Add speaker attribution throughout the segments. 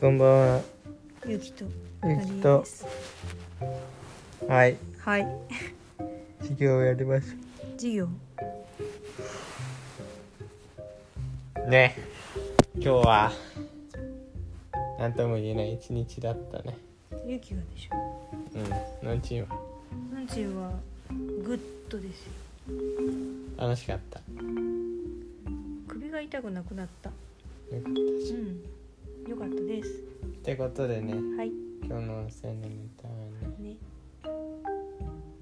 Speaker 1: こんばんは。
Speaker 2: ゆきと
Speaker 1: ゆきと
Speaker 2: なりえです
Speaker 1: はい。
Speaker 2: はい
Speaker 1: 授業をやりまし
Speaker 2: 授業
Speaker 1: ょう。ね。今日は。なんとも言えない一日だったね。
Speaker 2: ゆきがでしょ
Speaker 1: うん。のんちんは。
Speaker 2: なんちゅうはグッドですよ
Speaker 1: 楽しかった。
Speaker 2: 首が痛くなくなった
Speaker 1: よかった
Speaker 2: う
Speaker 1: し。
Speaker 2: んよかったです
Speaker 1: ってことでね。
Speaker 2: はい
Speaker 1: 今日の温泉のネタはね。
Speaker 2: ね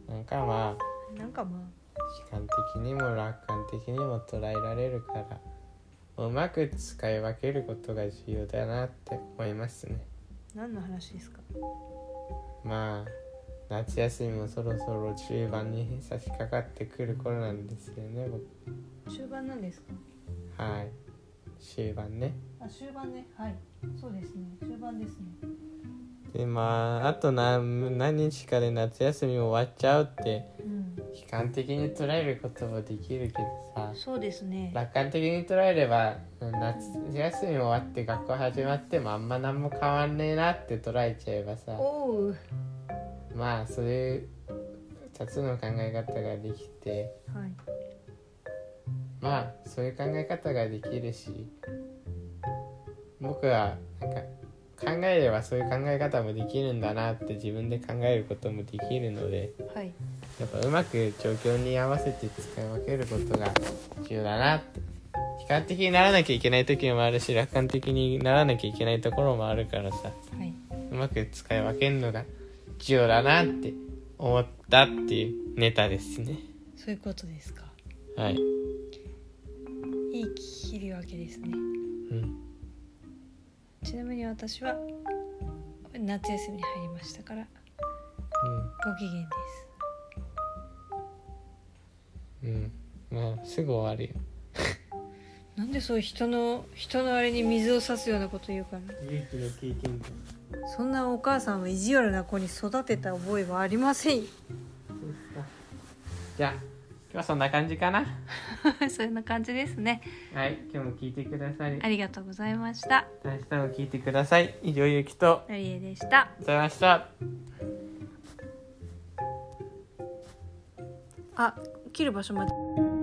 Speaker 1: なんかまあ。
Speaker 2: なんかま
Speaker 1: 悲観的にも楽観的にも捉えられるから。うまく使い分けることが重要だなって思いますね。
Speaker 2: あ何の話ですか
Speaker 1: まあ夏休みもそろそろ中盤に差し掛かってくる頃なんですよね僕
Speaker 2: 終盤なんですか
Speaker 1: はい終盤ね
Speaker 2: あ終盤ねはいそうですね終盤ですね
Speaker 1: でまああと何何日かで夏休み終わっちゃうって
Speaker 2: うん
Speaker 1: 悲観的に捉えることもできるけどさ
Speaker 2: そうですね
Speaker 1: 楽観的に捉えれば夏休み終わって学校始まってもあんま何も変わんねえなって捉えちゃえばさ
Speaker 2: おう
Speaker 1: まあそういう2つの考え方ができて
Speaker 2: はい
Speaker 1: まあそういう考え方ができるし僕はなんか考えればそういう考え方もできるんだなって自分で考えることもできるので
Speaker 2: はい
Speaker 1: やっぱうまく状況に合わせて使い分けることが重要だなって悲観的にならなきゃいけない時もあるし楽観的にならなきゃいけないところもあるからさ
Speaker 2: はいう
Speaker 1: まく使い分けるのが重要だなって思ったっていうネタですね
Speaker 2: そういうことですか
Speaker 1: はい、
Speaker 2: いい切り分けですね
Speaker 1: うん、
Speaker 2: ちなみに私は夏休みに入りましたからご機嫌で
Speaker 1: うんうんまあすぐ終わるよ
Speaker 2: すなんでそういう人の人のあれに水を差すようなこと言うか
Speaker 1: 勇気の経験談
Speaker 2: らそんなお母さんを意地悪な子に育てた覚えはありませんよ
Speaker 1: じゃあ今日はそんな感じかな
Speaker 2: そんな感じですね
Speaker 1: はい今日も聞いてくださり
Speaker 2: ありがとうございました
Speaker 1: 明日も聞いてください以上ゆきと
Speaker 2: のりえでした
Speaker 1: ございました
Speaker 2: あ切る場所まで